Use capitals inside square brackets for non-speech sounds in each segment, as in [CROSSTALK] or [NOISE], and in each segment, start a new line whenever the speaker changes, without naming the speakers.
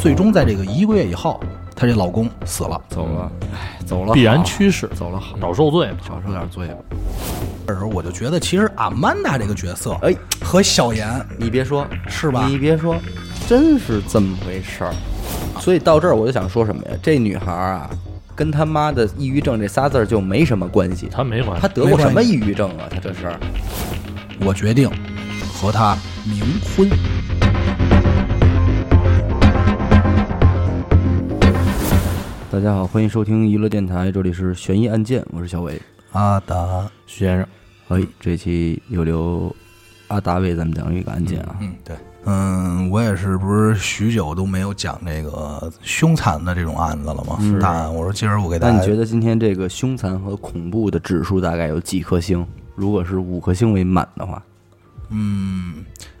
最终在这个一个月以后，她这老公死了。
走了，哎，走了，
必然趋势，
走了好，
少啊受罪吧。
少受点罪吧。
这时候我就觉得，其实阿曼达这个角色
哎，
和小妍
你别说，
是吧
你别说，真是这么回事儿。所以到这儿我就想说什么呀？这女孩儿啊，跟他妈的抑郁症这仨字儿就没什么关系。
他没关
她
系，
得过什么抑郁症啊？她这是
我决定和他冥婚。
大家好，欢迎收听娱乐电台，这里是悬疑案件，我是小伟。
阿达，
徐先生，
哎，这期又留阿达为咱们讲一个案件啊。
嗯，对，嗯，我也是，不是许久都没有讲这个凶残的这种案子了吗？大案，我说今儿我给大
那
家，
你觉得今天这个凶残和恐怖的指数大概有几颗星？如果是五颗星为满的话，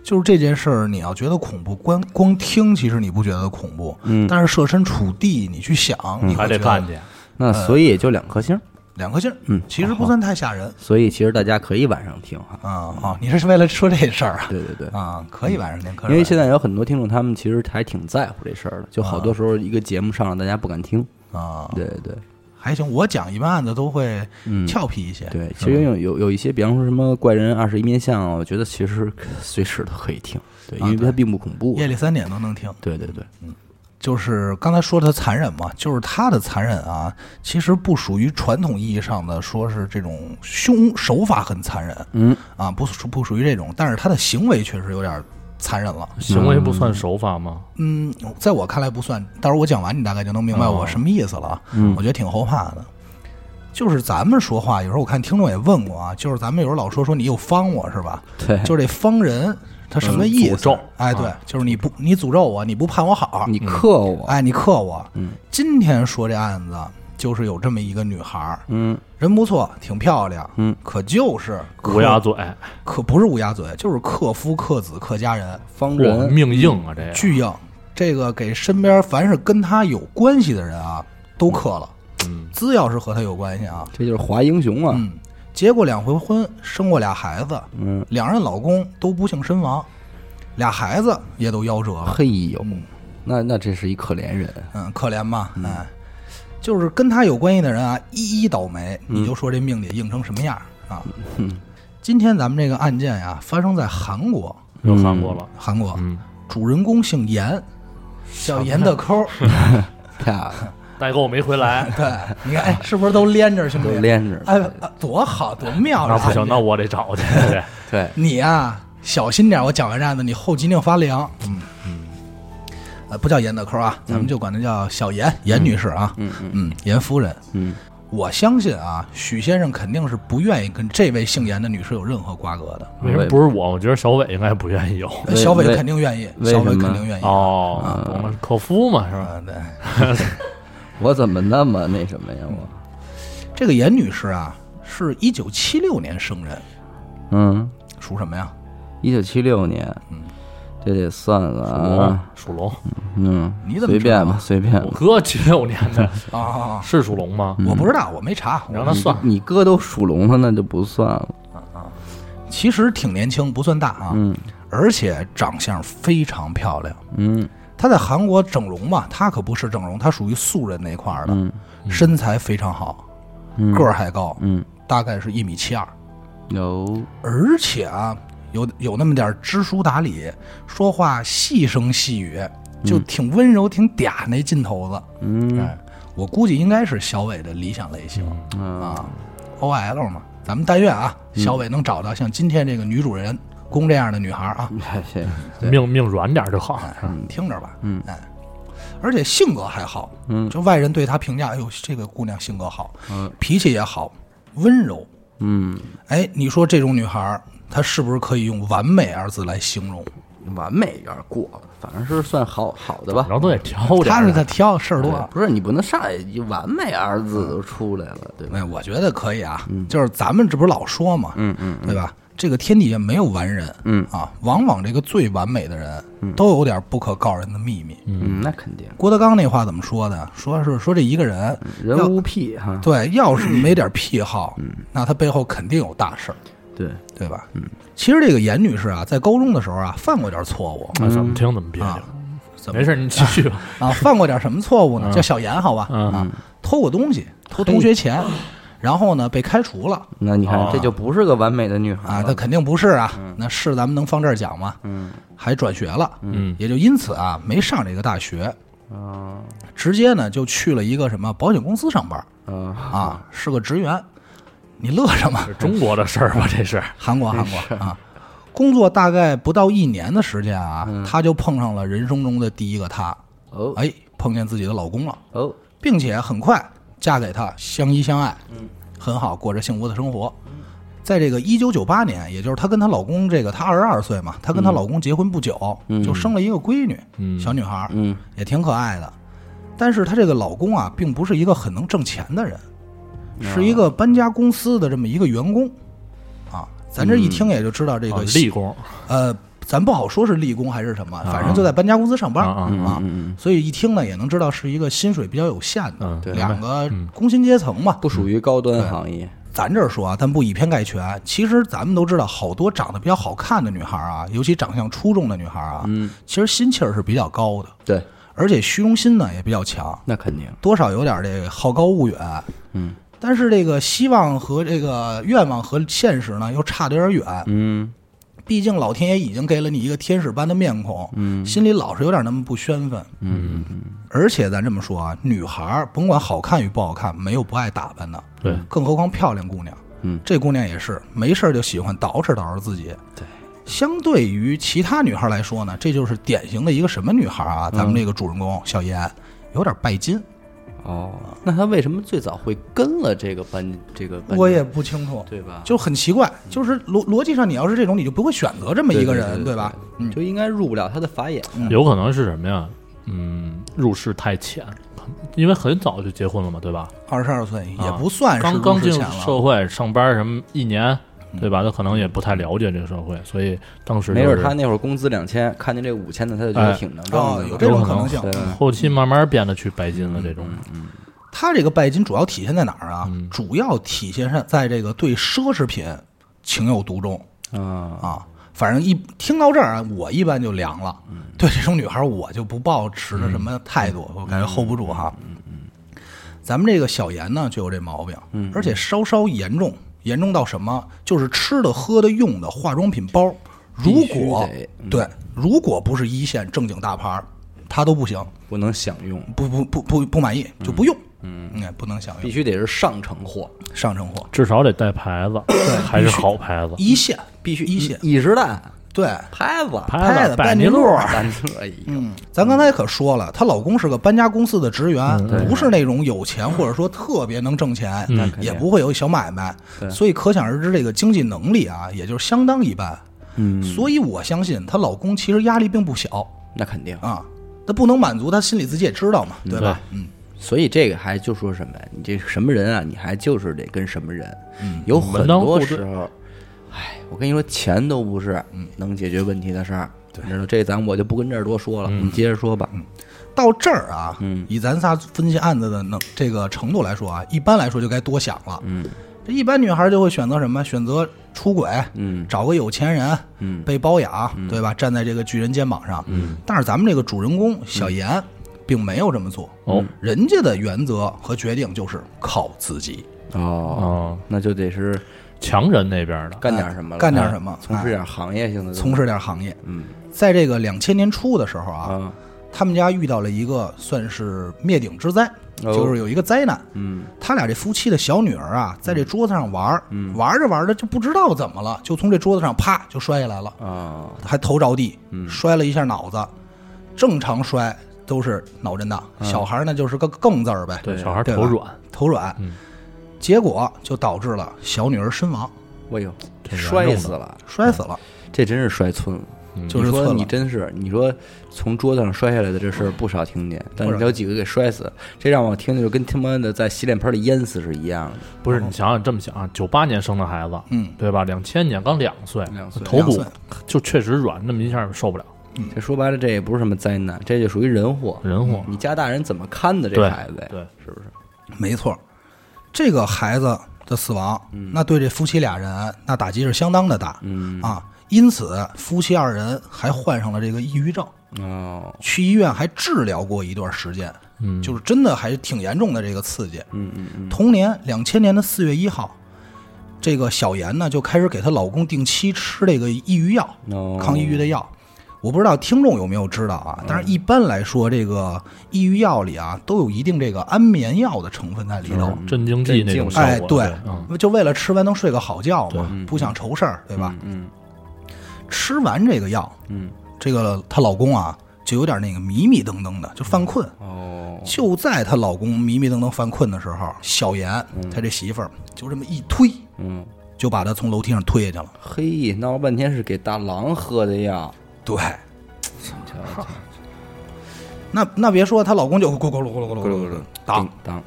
就是这件事儿，你要觉得恐怖，光光听其实你不觉得恐怖，
嗯
但是设身处地你去想，你
还
会
得
觉
看
得
去。
那所以也就两颗星。
两颗星，
嗯
其实不算太吓人
所以其实大家可以晚上听哈。
啊。好，你是为了说这事儿啊？
对对对，
啊，可以晚上听，可以晚上听。
因为现在有很多听众，他们其实还挺在乎这事儿的，就好多时候一个节目上了，大家不敢听。
啊，
对对对
还行，我讲一般案子都会
嗯
俏皮一些。
对，
是
其实有有有一些，比方说什么怪人二十一面相啊，我觉得其实随时都可以听，对，因为它并不恐怖。
夜里三点都能听。
对对对，
就是刚才说他残忍嘛，就是他的残忍啊，其实不属于传统意义上的说是这种凶手法很残忍，
嗯
啊，不属不属于这种，但是他的行为确实有点残忍了。
行为不算手法吗？
嗯，在我看来不算，到时候我讲完你大概就能明白我什么意思了啊。
哦嗯
我觉得挺后怕的。就是咱们说话，有时候我看听众也问过啊，就是咱们有时候老说说你又方我是吧？
对，
就是这方人他什么意思？
哎嗯诅咒
哎，对，就是你不你诅咒我，你不盼我好，
你克我，
哎，你克我。
嗯
今天说这案子，就是有这么一个女孩儿，
嗯
人不错，挺漂亮，
嗯，
可就是克
乌鸦嘴，
可不是乌鸦嘴，就是克夫、克子、克家人，
方
我
人，
命硬啊，这个
巨硬。这个给身边凡是跟她有关系的人啊，都克了，
嗯，
只要是和她有关系啊，
这就是华英雄啊。
嗯，结过两回婚，生过俩孩子，
嗯，
两任老公都不幸身亡，俩孩子也都夭折
[LAUGHS]
了。
嘿呦，
嗯
那那这是一可怜人。
嗯，可怜吧？哎，就是跟他有关系的人啊，一一倒霉，
嗯
你就说这命得硬成什么样儿啊？今天咱们这个案件呀、发生在韩国，
又韩国了，
韩国
嗯，
主人公姓严，叫严德抠儿。
太好了
代购没回来，
对，你看，哎，是不是都连着兄
都
弟？
连着。
[LAUGHS] 哎，啊多好，多妙！啊
那不
这
行，
案
那
件
我得找
[LAUGHS]
去。对
对，
你呀、小心点儿，我讲完这案子，你后脊梁发凉。嗯嗯，呃，不叫严德抠儿啊，咱们就管她叫小严，严女士啊。
嗯嗯
嗯，严夫人。
嗯，
我相信啊，许先生肯定是不愿意跟这位姓严的女士有任何瓜葛的。
为什么不是我？我觉得小伟应该不愿意有。
呃
为
小伟
为
肯定愿意，
为
小
什
伟
么
肯定愿意。
哦，
嗯
懂了，可夫嘛是吧？
嗯，对，
我怎么那么那什么呀？我，
这个严女士啊，是一九七六年生人，
嗯，
属什么呀？
一九七六年，
嗯
这得算了
属龙
啊。，
属龙。
嗯，
你怎么
随
知道
便吧，随便
我
吧。
哥七六年的，
嗯
啊啊，啊
是属龙吗？
我不知道，我没查。
你让他算。
你哥都属龙了，那就不算了。
其实挺年轻，不算大啊，
嗯
而且长相非常漂亮。
嗯
她在韩国整容嘛，她可不是整容，她属于素人那块儿的，
嗯
身材非常好，
嗯
个儿还高，
嗯，
大概是一米七二。
有
而且啊，有有那么点儿知书达理，说话细声细语，就挺温柔、挺嗲那劲头子。
嗯
哎，我估计应该是小伟的理想类型、
嗯
啊，OL 嘛。咱们但愿啊，小伟能找到像今天这个女主人公这样的女孩啊。
哎这
[LAUGHS]
命命软点就好。
哎，你听着吧，嗯，哎，而且性格还好，嗯，就外人对她评价，哎呦，这个姑娘性格好，嗯，脾气也好，温柔，
嗯，
哎，你说这种女孩儿，她是不是可以用完美二字来形容？
完美有点过了，反正是算好好的吧
然。后都得挑点
她
儿
是她挑事儿啊多。
不是你不能上来就完美二字
嗯
都出来了，对吧？
哎，我觉得可以啊，就是咱们这不是老说嘛，嗯嗯，对吧？这个天底下没有完人，嗯啊，往往这个最完美的人都有点不可告人的秘密。
嗯，那肯定
郭德纲那话怎么说的？说是说这一个人
人
要
无癖哈。
对，要是没点癖好，
嗯
那他背后肯定有大事儿，
对，
对吧？嗯，其实这个严女士啊，在高中的时候啊，犯过点错误，
哎怎么听怎么别扭。
怎么
没事，你继续吧。
啊？犯过点什么错误呢？
嗯
叫小严，好吧？
嗯，
啊，偷过东西，偷同学钱，然后呢被开除了
那你看
哦，
这就不是个完美的女
嗯
孩
啊，
了
他肯定不是啊，那是咱们能放这儿讲吗？
嗯，
还转学了，
嗯
也就因此啊没上这个大学，
哦
啊
直接呢就去了一个什么保险公司上班
哦
啊，
啊，是个职员。你乐什么？
这中国的事儿吧，这是。
韩国，韩国啊，工作大概不到一年的时间啊，她就碰上了人生中的第一个他，
哦
哎，碰见自己的老公了，
哦，
并且很快嫁给他，相依相爱，很好，过着幸福的生活。在这个一九九八年，也就是她跟她老公这个，她二十二岁嘛，她跟她老公结婚不久，就生了一个闺女，
嗯
小女孩，
嗯，
也挺可爱的。但是她这个老公啊，并不是一个很能挣钱的人，
啊
是一个搬家公司的这么一个员工，啊，咱这一听也就知道这
啊
个
立功
呃，咱不好说是立功还是什么，反正就在搬家公司上班
啊啊
啊，所以一听呢也能知道是一个薪水比较有限的
嗯
对
两个工薪阶层嘛。
不属于高端行业，
咱这儿说啊，咱不以偏概全，其实咱们都知道，好多长得比较好看的女孩啊，尤其长相出众的女孩啊，
嗯
其实心气儿是比较高的，
对，
而且虚荣心呢也比较强，
那肯定，
多少有点这个好高骛远。
嗯，
但是这个希望和这个愿望和现实呢又差得有点远。
嗯
毕竟老天爷已经给了你一个天使般的面孔，嗯，心里老是有点那么不宣愤，嗯。而且咱这么说啊，女孩儿甭管好看与不好看，没有不爱打扮的，
对，
更何况漂亮姑娘，
嗯，
这姑娘也是没事儿就喜欢捯饬捯饬自己，
对。
相对于其他女孩来说呢，这就是典型的一个什么女孩啊？咱们这个主人公小妍有点拜金，
哦，那他为什么最早会跟了这个班这个班？
我也不清楚，
对啊吧？
就很奇怪，就是逻逻辑上你要是这种，你就不会选择这么一个人，
对
吧？嗯，
就应该入不了他的法眼。
有可能是什么呀？嗯，入世太浅，因为很早就结婚了嘛，对吧？
二十二岁也
啊
不算是
刚
入
刚
世
进
浅了嗯
社会上班什么一年，对吧？他可能也不太了解这个社会，所以当时
没
就
准
是
他那会儿工资两千，看见这五千的，他就觉得
哎
挺能挣
哦
的，，
有
呢
这
有
种
可
可能
能
性。
对
后期慢慢变得去拜金
嗯
了这种。
他这个拜金主要体现在哪儿啊？
嗯
主要体现在在这个对奢侈品情有独钟
啊，
啊。反正一听到这儿啊，我一般就凉了。
嗯
对这种女孩，我就不抱持着什么态度，我感觉 hold 不住哈。
嗯
咱们这个小严呢，就有这毛病，
嗯
而且稍稍严重，严重到什么？就是吃的、喝的、用的化妆品包，如
必须
果
得嗯
对，如果不是一线正经大牌儿，他都不行。
不能享用，
不不不不不满意就不用，嗯，哎，不能享
必
用
须得是上乘货，
上乘货，
至少得带牌子，还是好牌子。
一线
必须
一
一
线，
一时代
对，
拍子，哎
拍
牌
子
子
拜
百
尼
路
路，
咱这一个
嗯，咱刚才可说了，她老公是个搬家公司的职员，
嗯
对
不是那种有钱或者说特别能挣钱，
肯定
也不会有小买卖，所以可想而知，这个经济能力啊，也就是相当一般。
嗯，
所以我相信她老公其实压力并不小
那肯定。
啊，她不能满足，她心里自己也知道嘛，对吧？嗯，
所以这个还就说什么呀？你这什么人啊？你还就是得跟什么人。
嗯
有很
门当户
多
对
时候，哎，我跟你说，钱都不是
嗯
能解决问题的事儿。对，你知道这咱我就不跟这儿多说了，
嗯
你接着说吧。
到这儿啊，
嗯
以咱仨分析案子的能这个程度来说啊，一般来说就该多想了。
嗯
这一般女孩就会选择什么？选择出轨，
嗯
找个有钱人，
嗯
被包养，对吧？站在这个巨人肩膀上。嗯，但是咱们这个主人公小
嗯
严，并没有这么做。
哦
人家的原则和决定就是靠自己，嗯
哦，
哦，
那就得是
强人那边的
干点什么了，啊
干点什么，
从事
哎
点行业性的东西，
从事点行业。
嗯
在这个两千年初的时候啊，
啊
他们家遇到了一个算是灭顶之灾，
哦
就是有一个灾难。
嗯
他俩这夫妻的小女儿啊，在这桌子上玩儿，玩着玩着就不知道怎么了，就从这桌子上啪就摔下来了，
啊
还头着地，摔了一下脑子。正常摔都是脑震荡，小孩儿呢就是个更字儿呗，
对小孩
对
头
吧
软，
头软，
嗯
结果就导致了小女儿身亡，
哎呦，
挺严重
摔
的
死了，
摔死了。
这真是摔寸了。
就是
你说
寸
你
了
真是，你说从桌子上摔下来的这事儿不少听
嗯
见，但是有几个给摔死，这让我听着就跟他妈的在洗脸盆里淹死是一样的。
不是你想想这么想啊，九八年生的孩子，
嗯，
对吧？两千年刚两岁，
两岁
头
两
骨
岁
就确实软，那么一下受不了，
这说白了，这也不是什么灾难，这就属于人祸。
嗯
人祸。
你家大人怎么看的这
对
孩子呀？
对，
是不是？
没错，这个孩子的死亡，那对这夫妻俩人那打击是相当的大。
嗯
啊，因此夫妻二人还患上了这个抑郁症，
哦，
去医院还治疗过一段时间，嗯，就是真的还挺严重的这个刺激。
嗯嗯嗯，
同年两千年的四月一号，这个小妍呢就开始给她老公定期吃这个抑郁药，
哦
抗抑郁的药。我不知道听众有没有知道啊，但是一般来说，这个抑郁药里啊都有一定这个安眠药的成分在里头。
镇静剂那嗯种效果，
哎，对
嗯，，
就为了吃完能睡个好觉嘛，不想愁事儿，对吧？
嗯
吃完这个药，
嗯，
这个她老公啊就有点那个迷迷瞪瞪的，就犯困。
哦，
就在她老公迷迷瞪瞪犯困的时候，小妍她这媳妇儿就这么一推，
嗯，
就把她从楼梯上推下去了。
嘿，闹了半天是给大郎喝的药，
对，那那别说她老公就咕噜咕噜咕噜咕噜咕噜咕嗯噜
当
当
当，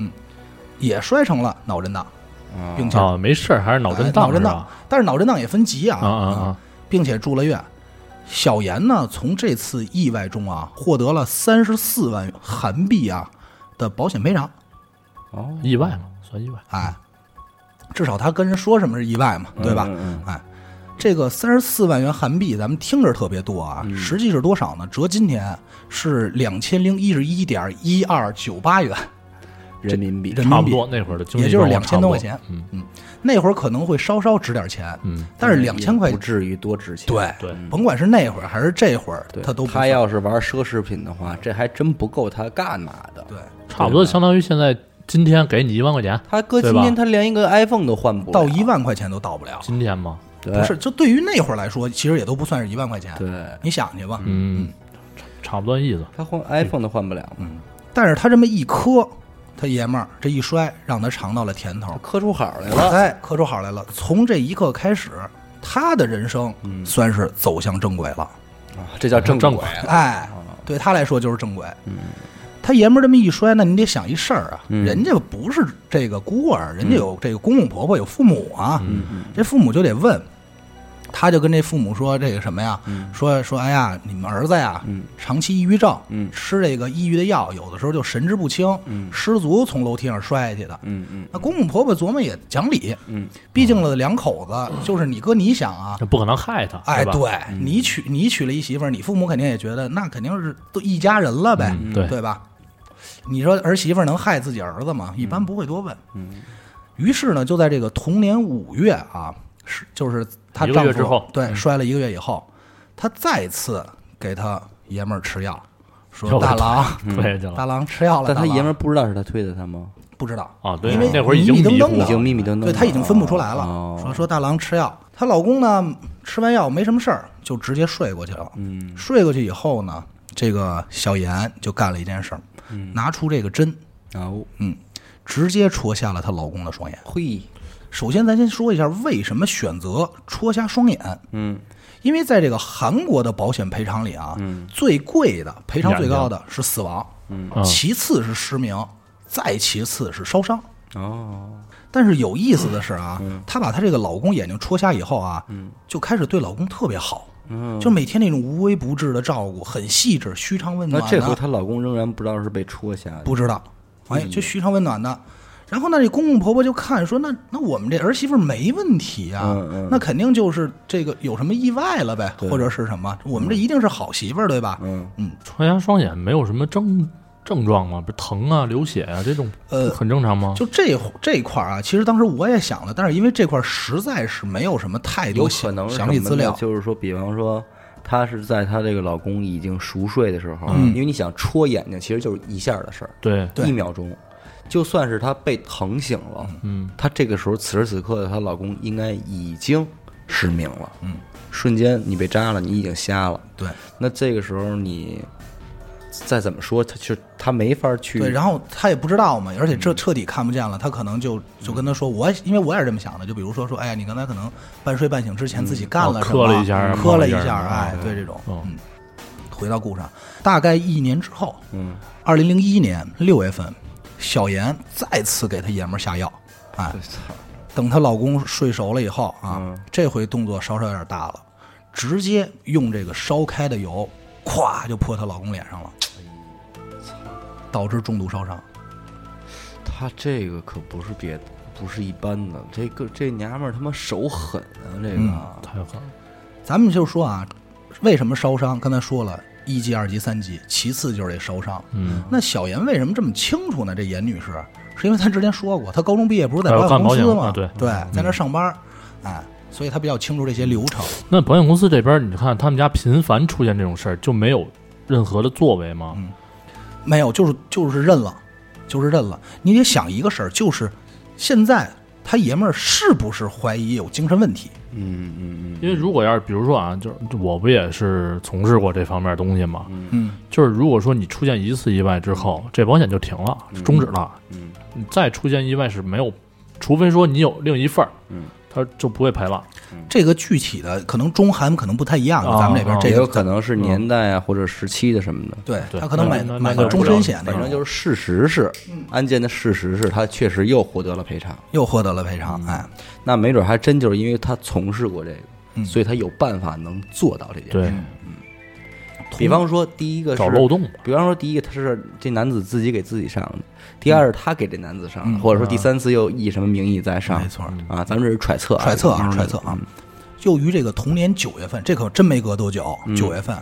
也摔成了脑震荡，
啊
并且
啊，没事儿，还是脑震
哎
荡，
脑震
是
荡
吧，
但是脑震荡也分级啊
啊啊啊，
并且住了院。小妍呢，从这次意外中啊，获得了三十四万韩币啊的保险赔偿。
哦，
意外嘛，算意外，
哎，至少她跟人说什么是意外嘛，对吧？
嗯
哎，这个三十四万元韩币，咱们听着特别多啊，
嗯
实际是多少呢？折今天是两千零一十一点一二九八元
人民币，
人
差
民
不
币。
多那会儿的经济
也就是
状况
2000
差不
多块钱
嗯
那会儿可能会稍稍值点钱，
嗯，
但是两千块
不至于多值钱，
对
对
甭管是那会儿还是这会儿，
对，
他都不嗯
他要是玩奢侈品的话，这还真不够他干嘛的。
对。
差不多相当于现在今天给你一万块钱，
他哥今
对
天
吧
他连一个 iPhone 都换不了
到一，万块钱都到不了，
今天吗？
对
不是？就对于那会儿来说，其实也都不算是一万块钱。
对，
你想去吧。
嗯，差差不多意思，
他换 iPhone 都换不了，
嗯但是他这么一磕，他爷们儿这一摔，让他尝到了甜头。
磕出好来了。
哎，磕出好来了。从这一刻开始，他的人生算是走向正轨了。
啊这叫正
正
轨
轨。
哎，嗯对他来说就是正轨。他爷们儿这么一摔，那你得想一事儿啊，人家不是这个孤儿，人家有这个公公婆婆，有父母啊。这父母就得问，他就跟这父母说这个什么呀？说说，哎呀，你们儿子呀，长期抑郁症，
嗯
吃这个抑郁的药，有的时候就神志不清，失足从楼梯上摔下去的。
嗯嗯
那公公婆婆琢磨也讲理，
嗯，
毕竟了两口子，就是你哥你想啊，
那不可能害他，
哎，
嗯吧？嗯
对你娶你娶了一媳妇儿，你父母肯定也觉得那肯定是都一家人了呗，
嗯对
吧？你说儿媳妇儿能害自己儿子吗？一般不会多问。嗯，于是呢，就在这个同年五月啊，是就是她
一个
丈夫
月之后嗯
对摔了一个月以后，她再次给她爷们儿吃药，说
[LAUGHS] 又给
大
她
郎
对去了
大郎吃药了，
但他
大郎
爷们儿不知道是他推的他吗？
不知道
啊，对
因为，
那会儿已经
迷瞪
迷
瞪
糊
的
已
了，
经迷迷瞪瞪了，
对她已经分不出来了，
哦
说说大郎吃药，她老公呢吃完药没什么事儿，就直接睡过去了。
嗯
睡过去以后呢，这个小妍就干了一件事儿，
嗯
拿出这个针，
哦，
嗯，直接戳瞎了她老公的双眼。
嘿，
首先，咱先说一下为什么选择戳瞎双眼，
嗯
因为在这个韩国的保险赔偿里啊，
嗯
最贵的赔偿最高的是死亡，
嗯
其次是失明，再其次是烧伤。
哦，嗯
但是有意思的是啊，她把她这个老公眼睛戳瞎以后啊，就开始对老公特别好，
嗯
就每天那种无微不至的照顾，很细致，嘘长问
那
暖的。
这回她老公仍然不知道嗯是被戳瞎的，
嗯不知道，哎，就嘘寒问暖的。然后那这公公婆婆就看说，那那我们这儿媳妇儿没问题呀、
嗯嗯
那肯定就是这个有什么意外了呗，或者是什么，我们这一定是好媳妇儿，对吧？
嗯
戳瞎双眼没有什么症症状吗？不是疼啊、流血啊这种，
呃
很正常吗？
就这这块儿啊，其实当时我也想了，但是因为这块儿实在是没有什么太多
有可能
详
是
详细
什么
资
呢
料，
就是说，比方说，她是在她这个老公已经熟睡的时候，
嗯
因为你想戳眼睛，其实就是一下的事儿，
对，
对
一秒钟。就算是她被疼醒了，嗯，她这个时候此时此刻的她老公应该已经失明了，嗯，瞬间你被扎了，你已经瞎了，
对
那这个时候你再怎么说，她就她没法去，
对，然后他也不知道嘛，而且这彻底看不见了，他可能就就跟他说，我因为我也是这么想的，就比如说说，哎呀，你刚才可能半睡半醒之前自己干了
哦
什
磕
么，
了一下儿
磕了一
碰了
下
一下
儿，
儿
哎
嗯，
对这种，
嗯
嗯，回到故事上，啊大概一年之后，
嗯，
二零零一年六月份，小妍再次给她爷们儿下药，哎，
操，
等她老公睡熟了以后啊，
嗯
这回动作稍稍有点大了，直接用这个烧开的油，咵就泼她老公脸上了，导致重度烧伤。
她这个可不是别的，不是一般的，这个这娘们儿他妈手狠啊，这个。
嗯
太狠了，
咱们就说啊，为什么烧伤？刚才说了一级、二级、三级，其次就是这烧伤。
嗯，
那小严为什么这么清楚呢？这严女士是因为她之前说过，她高中毕业不是在保
啊
险公
干
司
保险
吗？
啊对
在那儿上班，哎，所以她比较清楚这些流程。
那保险公司这边，你看他们家频繁出现这种事儿，就没有任何的作为吗？
没有，就是就是认了，就是认了。你得想一个事儿，就是现在他爷们儿是不是怀疑有精神问题？
嗯嗯
因为如果要是比如说啊，就是就我不也是从事过这方面的东西嘛，
嗯，
就是如果说你出现一次意外之后，这保险就停了，终止了，
嗯
你再出现意外是没有，除非说你有另一份儿，
嗯，
他就不会赔了。
这个具体的可能中韩可能不太一样，
哦
咱们这边
哦
也
这
有
个
可能是年代啊，或者时期的什么的。
对
对
他可能买
那那
买个
那就
终身险那
反
种，
正就是事实是，案件的事实是他确实又获得了赔偿，
又获得了赔偿。哎，
那没准还真就是因为他从事过这
嗯
个，所以他有办法能做到这件事。
对，
比方说，第一个
找
是
漏洞吧。
比方说，第一个他是这男子自己给自己上的，第二是
嗯
他给这男子上的，或者说第三次又以什么名义再上，
嗯没错
啊，咱们这是揣测啊，
揣测啊
嗯
揣测啊，就于这个同年九月份，这可真没隔多久，九月份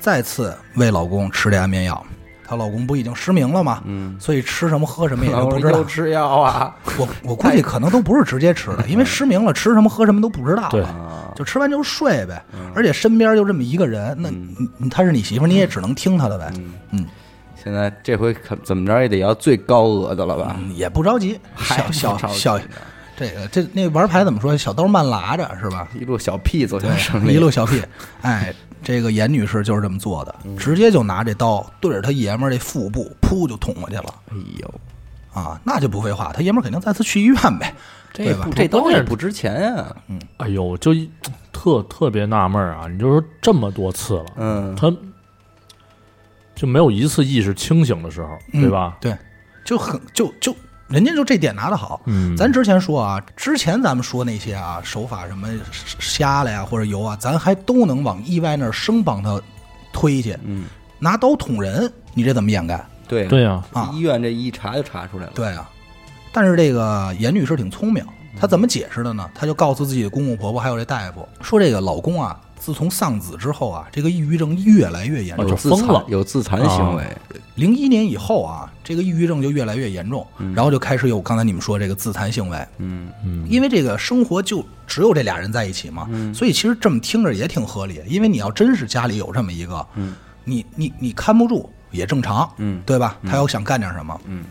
再次喂老公吃这安眠药。她老公不已经失明了吗？嗯，所以吃什么喝什么也
然
就
后
不知道
又。吃药啊，
我我估计可能都不是直接吃的，因为失明了，吃什么喝什么都不知道
对
了，就吃完就睡呗。
嗯
而且身边就这么一个人，那你你她是你媳妇儿，你也只能听她的呗。嗯，
现在这回可怎么着也得要最高额的了吧？
嗯也不着急，
还
小小
不着急
小
呢，
这个这那玩牌怎么说？小刀慢拉着是吧？
一路小屁走向胜利，
嗯一路小屁，哎，这个严女士就是这么做的，
嗯
直接就拿这刀对着她爷们儿这腹部，噗就捅过去了
哎呦，
啊！那就不废话，她爷们儿肯定再次去医院呗，对吧
不？这刀也不值钱啊呀，
哎呦，我就一特特别纳闷儿啊！你就说这么多次了，
嗯，
他就没有一次意识清醒的时候，
嗯
对吧？
对，就很就就人家就这点拿的好。
嗯
咱之前说啊，之前咱们说那些啊手法什么瞎了呀或者油啊，咱还都能往意外那儿生帮他推去。嗯，拿刀捅人，你这怎么掩盖？
对
对呀、
啊
医院这一查就查出来了，
对啊，但是这个严女士挺聪明，
嗯
她怎么解释的呢？她就告诉自己的公公婆婆还有这大夫，说这个老公啊，自从丧子之后啊，这个抑郁症越来越严
啊
重。
有
就
自
疯了啊
残，有自残行为，
零一年以后啊，这个抑郁症就越来越严重，然后就开始有刚才你们说这个自残行为。
嗯嗯
嗯，
因为这个生活就只有这俩人在一起嘛，所以其实这么听着也挺合理。因为你要真是家里有这么一个，你你你看不住也正常，
嗯
对吧？他要想干点什么，
嗯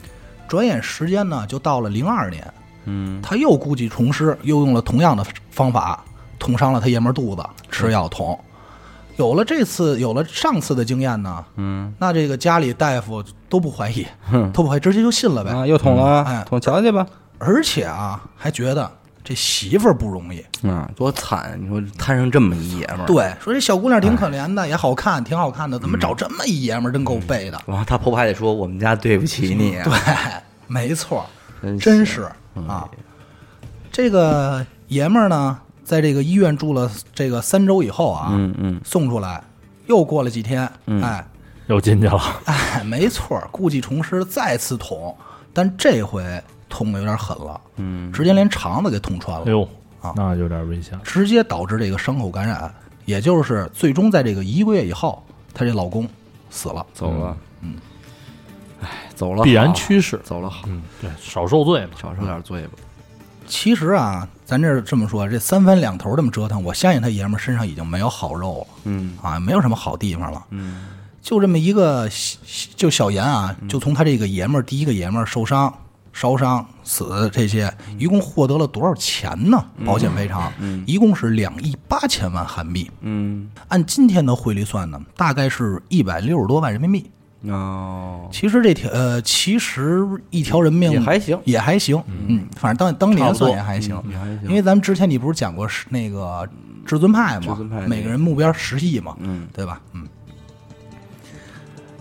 转眼时间呢，就到了零二年，
嗯，
他又故技重施，又用了同样的方法捅伤了他爷们儿肚子，吃药捅。有了这次，有了上次的经验呢，嗯，那这个家里大夫都不怀疑，都不怀疑，直接就信了呗。
啊，又捅了
嗯
啊
哎，
捅瞧瞧吧，
而且啊，还觉得这媳妇儿不容易，
啊，多惨！你说摊上这么一爷们儿，，
对，嗯说这小姑娘挺可怜的，也好看，挺好看的，怎么找这么一爷们儿，真够背的。
然后他婆婆还得说我们家对不起你啊，
对，没错，
真
嗯真
是
是啊。这个爷们儿呢，在这个医院住了这个三周以后啊，
嗯嗯，
送出来，又过了几天，哎
又进去了，
哎，没错，故技重施，再次捅，但这回捅的有点狠了，嗯，直接连肠子给捅穿
哎
了，
呦，那有点危险。
直接导致这个伤口感染，也就是最终在这个一个月以后，她这老公死了。
走了，嗯，哎，走了，
必然趋势
走了好，
嗯，对，少受罪嘛。
少受点罪吧，
其实啊，咱这这么说，这三番两头这么折腾，我相信他爷们儿身上已经没有好肉了，
嗯
啊，没有什么好地方了，嗯，就这么一个小，就小严啊，就从他这个爷们儿第一个爷们儿受伤、烧伤、死这些，一共获得了多少钱呢？保险赔偿，一共是两亿八千万韩币，
嗯，
按今天的汇率算呢，大概是一百六十多万人民币。
哦，
其实这条呃，其实一条人命
也还行
也还行，嗯，反正当当
差
年
不多
算也还行，
也嗯还行
因为咱们之前你不是讲过是那个至尊派嘛，
至尊派那个
每个人目标十亿嘛，
嗯，
对吧？嗯。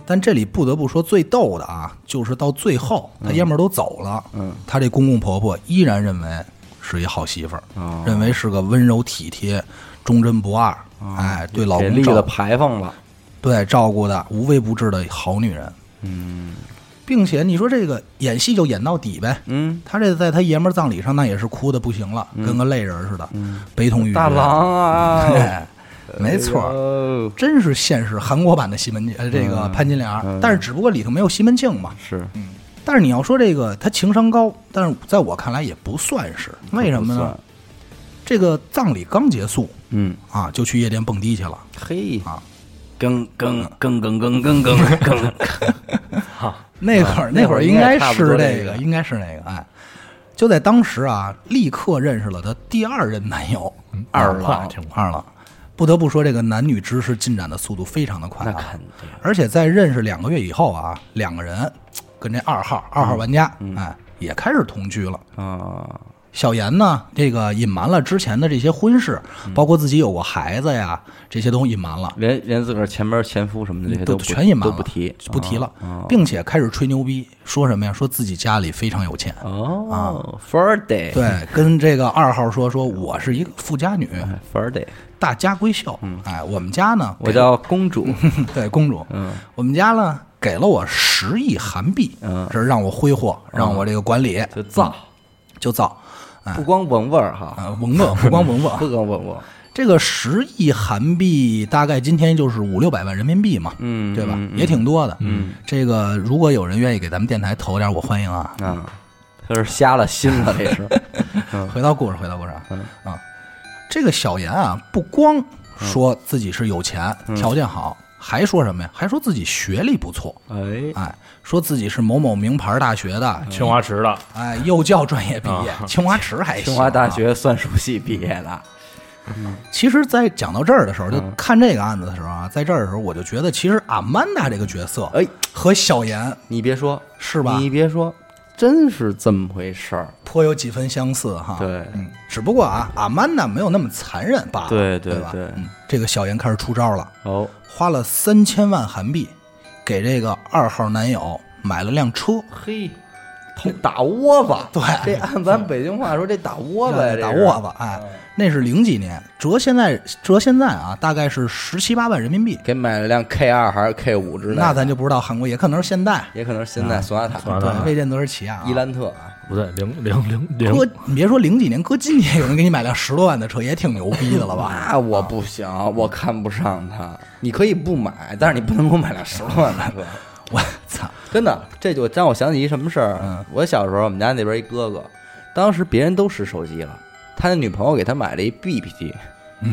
但这里不得不说，最逗的啊，就是到最后他爷们儿都走了，
嗯，
他这公公婆婆依然认为是一好媳妇儿，
哦
认为是个温柔体贴、忠贞不二，哎，对老
哦给
公
立
照
了
顾
牌坊了，
对照顾的无微不至的好女人。嗯，并且你说这个演戏就演到底呗。
嗯，
她这在她爷们儿葬礼上那也是哭的不行了，跟个泪人似的，悲痛欲绝。
嗯 [LAUGHS] 大郎啊，
哎，没错儿
哦，
真是现实韩国版的西门庆，呃，这
嗯
个潘金莲儿，但是只不过里头没有西门庆嘛。
是
但是你要说这个他情商高，但是在我看来也不算是，为什么
不
呢
算？
这个葬礼刚结束
嗯，
啊，就去夜店蹦迪去了。
嘿
啊，
更更更更更更更 [LAUGHS] 更，
那会儿
啊那
会
会
儿
儿
应
应
该
该差不
是
多
这
这个
应该是那个，哎，就在当时啊，立刻认识了她第二任男友
嗯
二
快
郎
挺，
二郎。不得不说，这个男女知识进展的速度非常的快、
那
啊，
肯定
而且在认识两个月以后啊，两个人跟这二号二
嗯
号玩家，哎，也开始同居了。
啊，
小严呢，这个隐瞒了之前的这些婚事，
嗯
包括自己有过孩子呀，这些都隐瞒了。
连连自个儿前边前夫什么的这些
嗯都
不
全隐瞒
都
了，
不提啊
不提了，并且开始吹牛逼，说什么呀？说自己家里非常有钱，
哦，Friday
啊
[LAUGHS]
对，跟这个二号说，说我是一个富家女，
Friday，
大家闺秀，哎，我们家呢，
嗯我嗯叫公主，
对公主，我们家呢给了我十亿韩币，这是让我挥霍，让我这个管理
嗯
嗯
就造，
就造，哎，
[LAUGHS] 不光闻味儿哈，
啊，文文不光文文，
[LAUGHS] 不光闻味儿，
这个十亿韩币大概今天就是五六百万人民币嘛，嗯，对吧？也挺多的，嗯，这个如果有人愿意给咱们电台投点，我欢迎啊。
啊，就是瞎了心了，
[LAUGHS]
这
哎
是，
回到故事，回到故事啊，
嗯
啊，这个小严啊，不光
嗯
说自己是有钱，条件好，还说什么呀？还说自己学历不错，
哎，
哎，说自己是某某名牌大学的，
嗯
青花瓷的，
哎，幼教专业毕业，清华池还行
啊 [LAUGHS] 清华大
啊
学算术系毕业的，
其实，在讲到这儿的时候，就
嗯
看这个案子的时候啊，在这儿的时候，我就觉得，其实阿曼达这个角色，
哎，
和小严
你别说，
是吧
你别说，真是这么回事儿，
颇有几分相似哈。
对
嗯，只不过啊，阿曼达没有那么残忍罢了。
对
对
对
吧？
对
嗯，这个小严开始出招了，
哦，
花了三千万韩币给这个二号男友买了辆车，
嘿，打窝子，
对 [LAUGHS]
这按咱北京话说，这打窝子呀，
打
这是嗯
窝子，哎，那是零几年，折现在折现在啊，大概是十七八万人民币。
给买了辆 K 二还是 K 五之类的，啊
那嗯咱就不知道韩国，也可能是现代，
也可能是现在索纳
索
塔、
纳
对
啊，
未见得是起亚、啊。
伊兰特啊，
不对，零零零
搁
零，
你别说零几年，搁今天有人给你买辆十多万的车，也挺牛逼的了吧？ [LAUGHS]
那啊我不行，我看不上他。你可以不买，但是你不能给我买辆十多万的车。
我操！
[LAUGHS] 真的，这就让我想起一什么事儿。啊我小时候，我们家那边一哥哥，当时别人都使手机了，他的女朋友给他买了一 BB 机。嗯，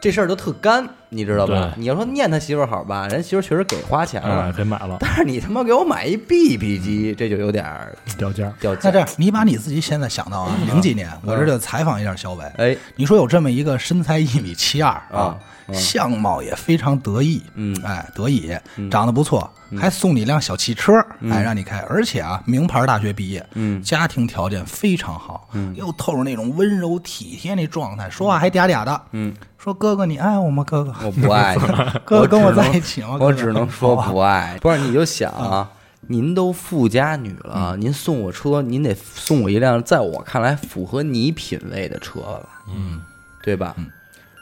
这事儿就特干，你知道吧？
对
你要说念他媳妇儿好吧，人媳妇儿确实给花钱了，
哎，给买了，
但是你他妈给我买一 BB 机，这就有点儿
掉价儿，
掉
那
价 [LAUGHS]
这。样，你把你自己现在想到啊，
嗯
零几年，我这就采访一下小伟。
哎，
你说有这么一个身材一米七二
啊，
相貌也非常得意，
嗯
哎，得意，长得不错，还送你辆小汽车，
嗯
哎，让你开，而且啊，名牌大学毕业，嗯，家庭条件非常好，嗯，又透着那种温柔体贴那状态，说话还嗲嗲的，嗯，说哥哥你爱我吗？哥哥，
我不爱你，
[LAUGHS] 哥哥跟我
只能
在一起吗哥哥
我只能说不爱。不是，你就想啊，您都富家女了，您送我车，您得送我一辆在我看来符合你品味的车吧？嗯，对吧？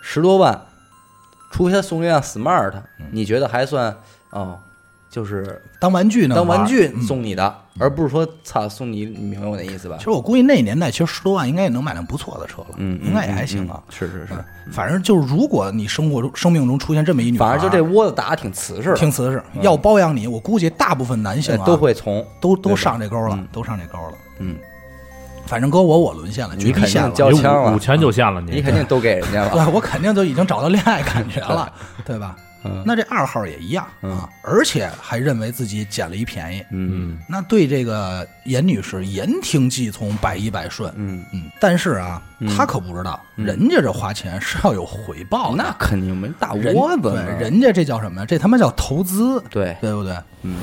十多万，除非他送一辆 smart，你觉得还算哦，就是
当玩具呢？
当玩。具送你的，而不是说操送你，你明白我的意思吧
其？实我估计那年代，其实十多万应该也能买辆不错的车了，
嗯，嗯
应该也还行啊。
嗯是是是，
嗯反正就是，如果你生活中、生命中出现这么一女孩
反
儿，
正就这窝子打的挺瓷实的，
挺瓷实。要包养你，我估计大部分男性、啊、
嗯哎都会从
都都上这沟了，都上这沟了。
嗯，
反正搁我，我沦陷了，绝
你
逼
肯
陷
定
了。
交
你
枪
五
了嗯
五，千就下了你，
你肯定都给人家
[LAUGHS]
了。
对，我肯定就已经找到恋爱感觉
[LAUGHS]
了，对吧？
嗯
那这二号也一样啊，而且还认为自己捡了一便宜。
嗯
那对这个严女士言听计从，百依百顺。
嗯，
嗯，但是啊，她可不知道，人家这花钱是要有回报的。
那肯定没大
人
窝子呢
对，人家这叫什么呀？这他妈叫投资，
对
对不对？嗯。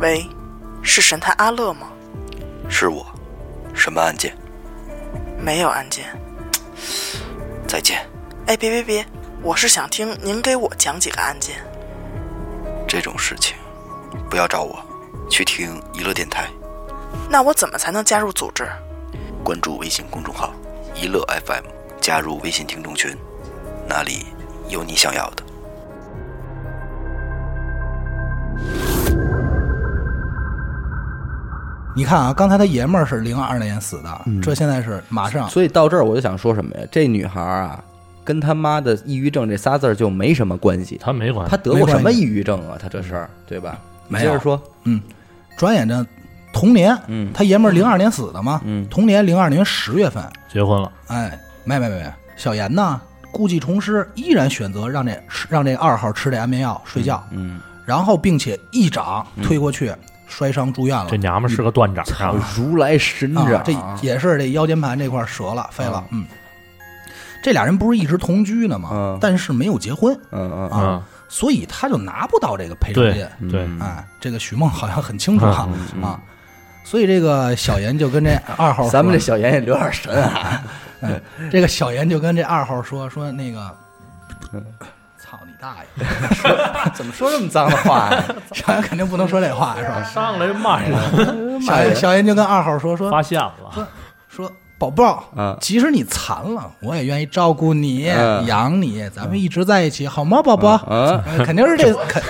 喂，是神探阿乐吗？
是我，什么案件？
没有案件。
再见，
哎，别别别，我是想听您给我讲几个案件。
这种事情不要找我，去听娱乐电台，
那我怎么才能加入组织？
关注微信公众号“娱乐 FM”，加入微信听众群，那里有你想要的。
你看啊，刚才他爷们儿是零二年死的，这现在是马上
嗯所以到这儿我就想说什么呀？这女孩儿啊，跟他妈的抑郁症这仨字儿就没什么关系。
他没管
她，得过什么抑郁症啊？她这事儿对吧？
没
接
有
着说，
转眼这同年，
嗯
他爷们儿零二年死的嘛，
嗯
同年零二年十月份，
结婚了，
哎，没没没没，小严呢故技重施，依然选择让这吃让这二号吃这安眠药睡觉，
嗯，
然后并且一掌推过去，摔伤住院了
这。娘们儿是个断掌
啊
啊，
如来神掌
啊
啊，，
这也是这腰间盘这块儿折了，废了。嗯，这俩人不是一直同居呢吗
嗯？
但是没有结婚，
嗯嗯嗯，
嗯
啊，所以他就拿不到这个赔偿
对
金。
对，
哎，这个许梦好像很清楚啊
嗯
啊，所以这个小严就跟这二号说，
咱们这小妍也留点神啊，
这这个小严就跟这二号说说那个，
嗯
操你大爷！
啊
[LAUGHS]
怎么说这么脏的话呀？
小严肯定不能说这话是吧？
上来骂人，
小严小严就跟二号说说
啊发现了，
说宝宝
嗯，
即使你残了，我也愿意照顾你、
嗯
养你，咱们一直在一起，好吗，宝宝？
嗯
哎肯定是
[LAUGHS]
这肯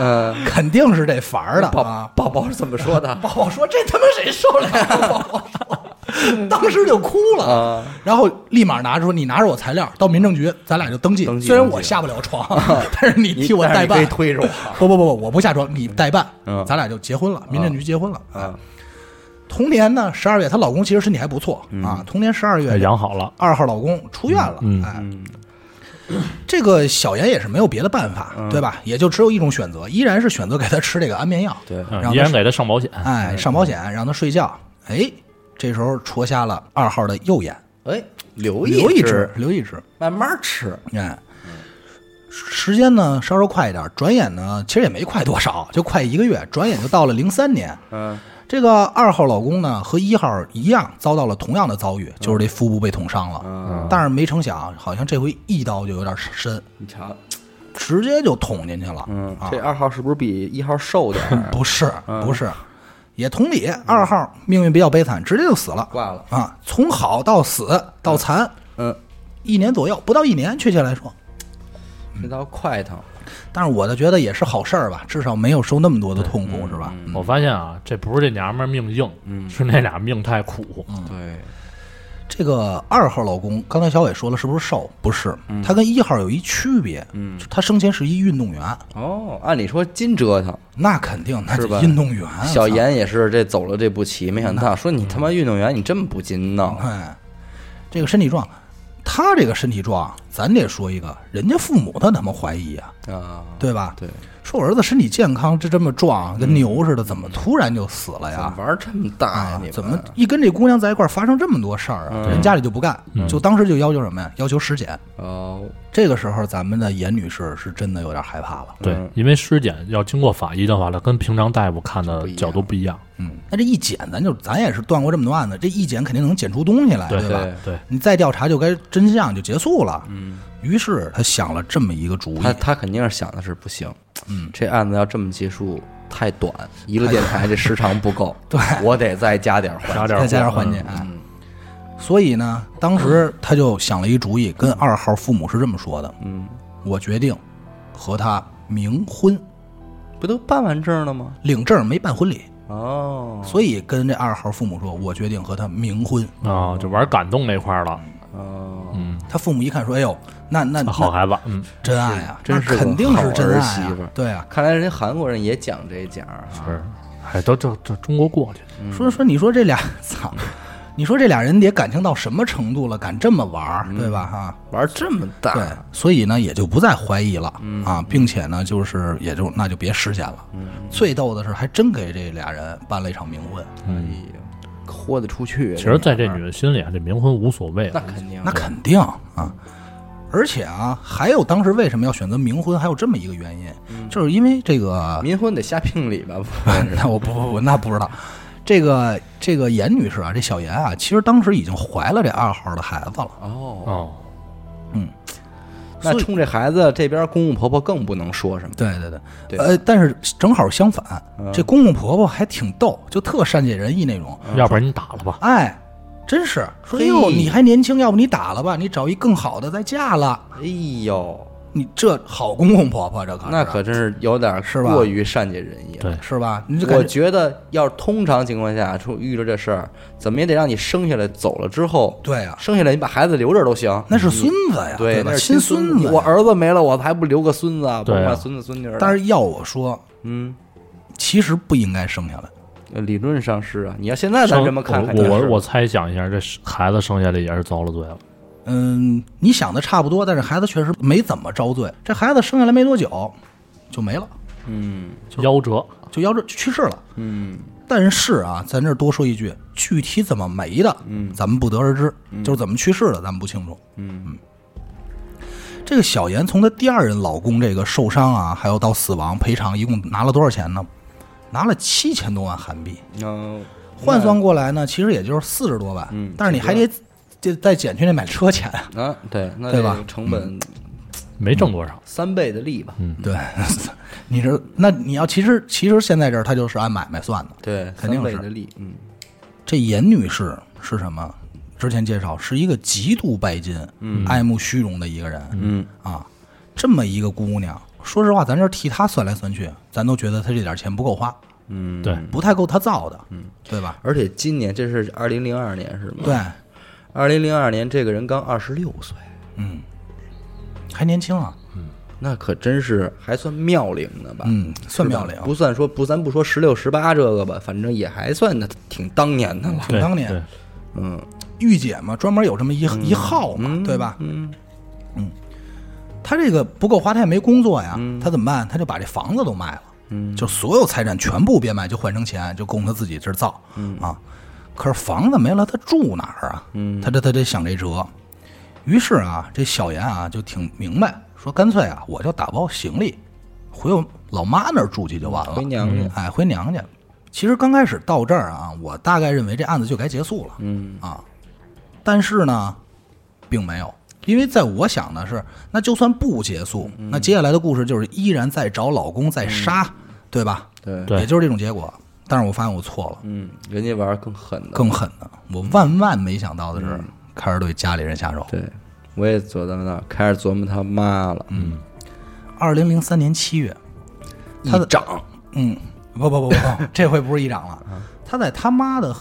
嗯，
肯定是这法儿的
宝
啊！
宝宝是怎么说的？
宝宝说：“这他妈谁受得了？”宝宝说，当时就哭了。
啊，
然后立马拿出你拿着我材料到民政局，咱俩就登记。
登记
虽然
登记
我下不
[LAUGHS]
了床，但是你替我代
但是
办
你可以。推着我。啊
[LAUGHS] 不不不不，我不下床，你代办，
嗯
咱俩就结婚了。民政局结婚了。啊
嗯
同年呢，十二月，她老公其实身体还不错、
嗯
啊。同年十二月，
养好了，
二号老公出院了。
嗯
哎，
嗯
这个小严也是没有别的办法，对吧？也就只有一种选择，依然是选择给他吃这个安眠药。
对
嗯
让
依
他
然给他上保险，
哎，上保险让他睡觉。哎，这时候戳瞎了二号的右眼，
哎，留
留
一
一只，，留一只。
慢慢吃。
哎，时间呢稍稍快一点，转眼呢其实也没快多少，就快一个月，转眼就到了零三年。
嗯
这个二号老公呢和一号一样遭到了同样的遭遇，就是这腹部被捅伤了，
嗯，
但是没成想，好像这回一刀就有点深，
你瞧，
啊直接就捅进去了。
嗯
啊，？
这二号是不是比一号瘦点儿
[LAUGHS] 不是
嗯
不是，也同理，二号命运比较悲惨，直接就死了
挂了。
啊，从好到死到残，
嗯，
一年左右，不到一年，确切来说，
这倒快腾。
但是我倒觉得也是好事儿吧，至少没有受那么多的痛
嗯
苦，是吧？
我发现啊，这不是这娘们儿命硬，是那俩命太苦，
嗯
对，
这个二号老公，刚才小伟说了，是不是瘦？不是，
嗯
他跟一号有一区别，嗯，他生前是一运动员，
哦，按理说金折腾，
那肯定那
是吧
运动员，啊
小
严，
严也是这走了这步棋，没想到说你他妈运动员，你这么不禁弄，
哎，这个身体状，他这个身体状，咱得说一个，人家父母他他妈怀疑啊，
啊，
对吧？
对，
说我儿子身体健康，这这么壮，跟牛似的，怎么突然就死了
嗯怎么
呀？
玩这么大呀
啊？
你们嗯
怎么一跟这姑娘在一块儿发生这么多事儿啊？人家里就不干，就当时就要求什么呀？要求尸检。
哦，
这个时候，咱们的严女士是真的有点害怕了。嗯
对，因为尸检要经过法医的话，它跟平常大夫看的角度不一样，
嗯，那这一检，咱就咱也是断过这么多案子，这一检肯定能检出东西来，
对
吧？
对
对，
你再调查就该真相就结束了。嗯，于是他想了这么一个主意
他，他肯定是想的是不行，
嗯，
这案子要这么结束太短，一个电台这时长不够，
对
我得再加点儿环嗯
加
节。
点
再加点环节。哎所以呢，当时他就想了一主意，跟二号父母是这么说的：
嗯，
我决定和他冥婚，
不都办完证了吗？
领证没办婚礼，
哦，
所以跟这二号父母说，我决定和他冥婚。
啊，就玩感动那块儿
[LAUGHS]
了，
哦，
嗯，
他父母一看说：“哎呦，那那那
好孩子，嗯，
真爱啊，
真是
那
个
肯定是真爱、
好儿
啊
媳妇儿。”
对啊，
看来人家韩国人也讲这讲儿啊，
是，哎，都这这中国过去，
嗯
说说你说这俩， [LAUGHS] 操，你说这俩人得感情到什么程度了，敢这么玩
嗯
儿，对吧？哈、
玩这么大，嗯
对，所以呢也就不再怀疑了、啊，并且呢就是也就那就别实现了。最逗的是，还真给这俩人办了一场冥婚，
哎呀，豁得出去。
其实，在这
女
女的心里啊，这冥婚无所谓
那
了，
肯定，
那肯定啊。而且啊，还有当时为什么要选择冥婚，还有这么一个原因，
嗯
就是因为这个，
民婚得下聘礼吧？不
[LAUGHS] 那我不不不，那不知道。这个这个严女士啊，这小严啊，其实当时已经怀了这二号的孩子了。
哦，
哦，
那冲这孩子这边公公婆婆更不能说什么。
对对对，
对嗯
呃，但是正好相反，这公公婆婆还挺逗，就特善解人意那种。
嗯
要不然你打了吧，
哎，真是说，哎
嘿
呦，你还年轻，要不你打了吧？你找一更好的再嫁了。
哎呦，
你这好公公婆婆，这可是
那可真是有点
是吧
过于善解人意了。
对
是吧？你就感
我
觉
觉得要是通常情况下出遇着这事儿，怎么也得让你生下来走了之后，
对啊，
生下来你把孩子留着都行。
那是孙子呀，
对，
吧？
那是
亲
亲
孙
子
子呀，
我儿子没了，我还不留个孙子啊？
对啊
甭管孙子孙女儿了。
但是要我说，
嗯，
其实不应该生下来。
理论上是啊，你要现在咱这么看，还
我
真
我
是
我猜想一下，这孩子生下来也是遭了罪了。
嗯，你想的差不多，但是孩子确实没怎么遭罪。这孩子生下来没多久就没了，
夭折，
就夭折就去世了。
嗯
但是啊，咱这儿多说一句，具体怎么没的，嗯，咱们不得而知，就是怎么去世的，咱们不清楚。嗯这个小严从她第二任老公这个受伤啊，还有到死亡赔偿，一共拿了多少钱呢？拿了七千多万韩币，
嗯，
换算过来呢，其实也就是四十多万。
嗯
但是你还得得再减去那买车钱，
啊，对，那
对吧
这成本
没挣多少。
三倍的利吧？
对， [LAUGHS] 你这那你要其实其实现在这儿他就是按买卖算的。
对，
肯定
三倍
是
的利。嗯，
这严女士是什么？之前介绍是一个极度拜金、嗯、爱慕虚荣的一个人。嗯啊，这么一个姑娘，说实话，咱这替她算来算去，咱都觉得她这点钱不够花，
嗯
对，
不太够她造的，嗯，对吧？
而且今年这是二零零二年是吗？
对，，
二零零二年这个人刚二十六岁，啊
还年轻啊，
那可真是还算妙龄呢吧？
嗯，算
是吧
妙龄，
不算说不，咱不说十六十八这个吧，反正也还算的挺当年的了。
挺当年
对
嗯
御姐嘛，专门有这么一、一号嘛，对吧？嗯他这个不够花，他也没工作呀，他怎么办？他就把这房子都卖了，就所有财产全部变卖，就换成钱，就供他自己这儿造、啊。可是房子没了，他住哪儿啊？他这他得想这辙。于是啊，这小严啊就挺明白，说干脆啊，我就打包行李，回我老妈那儿住去就完了，
回娘家
哎，回娘家。其实刚开始到这儿啊，我大概认为这案子就该结束了，嗯啊，但是呢，并没有，因为在我想的是，那就算不结束，那接下来的故事就是依然在找老公，在杀，对吧？
对
对
也就是这种结果。但是我发现我错了，
嗯，人家玩儿更狠的，
更狠的，我万万没想到的是，开始对家里人下手。
对，我也琢磨到，开始琢磨他妈了。嗯，
二零零三年七月，
一
他的
掌
嗯，不不不不不，这回不是一掌了，他在他妈的， [LAUGHS]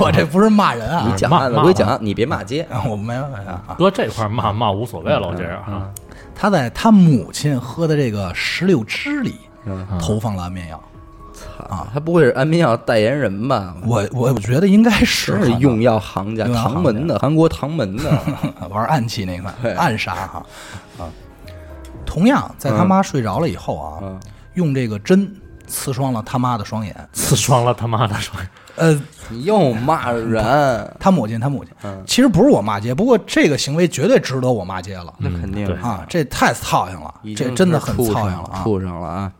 我这不是骂人啊
你，讲
骂
案子
骂
归
吧
讲案，你别骂街。
我没有没有啊，
搁这块儿骂骂无所谓了，我觉着啊，
嗯
他在他母亲喝的这个石榴汁里
嗯
投放了安眠药，
啊，他不会是安眠药代言人吧？
我我我觉得应该是
真是用药行家，
用药行家
唐门的，韩国唐门的。
[LAUGHS] 玩暗器那块
对
暗杀哈啊。同样，在他妈睡着了以后啊，
嗯
用这个针刺伤了他妈的双眼。
刺双了他妈的双眼，
呃，
你又骂人，
他母亲，他母亲，
嗯
其实不是我骂街，不过这个行为绝对值得我骂街了
那肯定
对
啊！这太操心了
嗯已，经
这真的
是
很
畜
操
生
心了啊！
畜生了啊！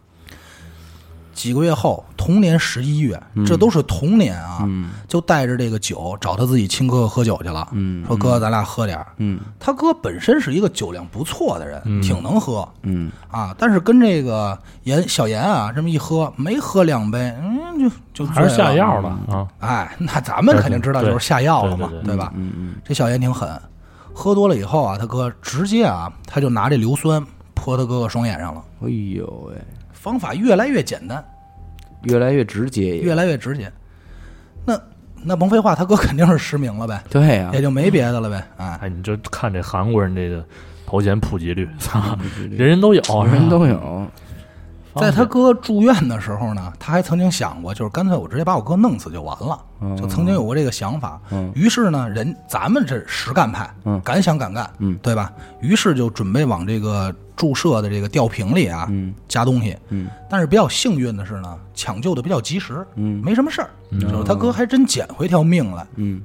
几个月后，同年十一月，
嗯
这都是同年啊，就带着这个酒找他自己亲哥哥喝酒去了，
嗯
说哥，咱俩喝点儿。他哥本身是一个酒量不错的人，挺能喝，嗯啊，但是跟这个严小严啊这么一喝，没喝两杯，嗯，就就
还是
醉了
下药了。
嗯
啊，
哎，那咱们肯定知道就是下药了嘛，
对对嗯对
对吧？这小严挺狠，喝多了以后啊，他哥直接啊，他就拿这硫酸泼他哥哥双眼上了，
哎呦喂，
方法越来越简单。
越来越直接也
越来越直接。那那甭废话，他哥肯定是失明了呗，
对啊呀
也，就没别的了呗。哎，
哎，你就看这韩国人这个头衔普及率，操 [LAUGHS] 人人都有，人
人都有。
在他哥住院的时候呢，他还曾经想过，就是干脆我直接把我哥弄死就完了，
嗯
就曾经有过这个想法。于是呢，人咱们这实干派，
嗯
敢想敢干，对吧？于是就准备往这个注射的这个吊瓶里啊、
嗯
加东西。但是比较幸运的是呢，抢救的比较及时，没什么事儿，就是他哥还真捡回条命来。
嗯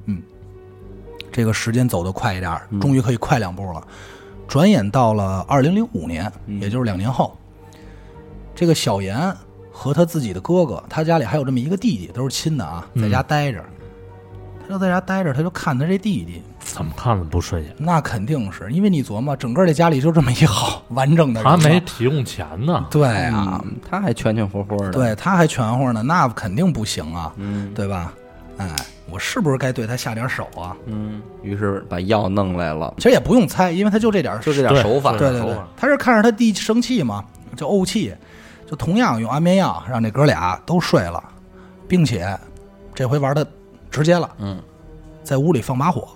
这个时间走得快一点儿，终于可以快两步了。转眼到了二零零五年，
嗯
也就是两年后，这个小严和他自己的哥哥，他家里还有这么一个弟弟，都是亲的啊，在家待着，他就在家待着，他就看他这弟弟，
怎么看怎么不顺眼，
那肯定是因为你琢磨，整个这家里就这么一号完整的人
他
了，
没提供钱呢，
对啊，
啊，他还全全活活的。
对，他还全乎呢，那肯定不行啊，对吧？哎，我是不是该对他下点手啊？
于是把药弄来了，
其实也不用猜，因为他就这点
就这点
对
手法，
对对
手
对
法，
他是看着他弟生气嘛，就怄气，就同样用安眠药让这哥俩都睡了，并且这回玩的直接了，嗯，在屋里放把火，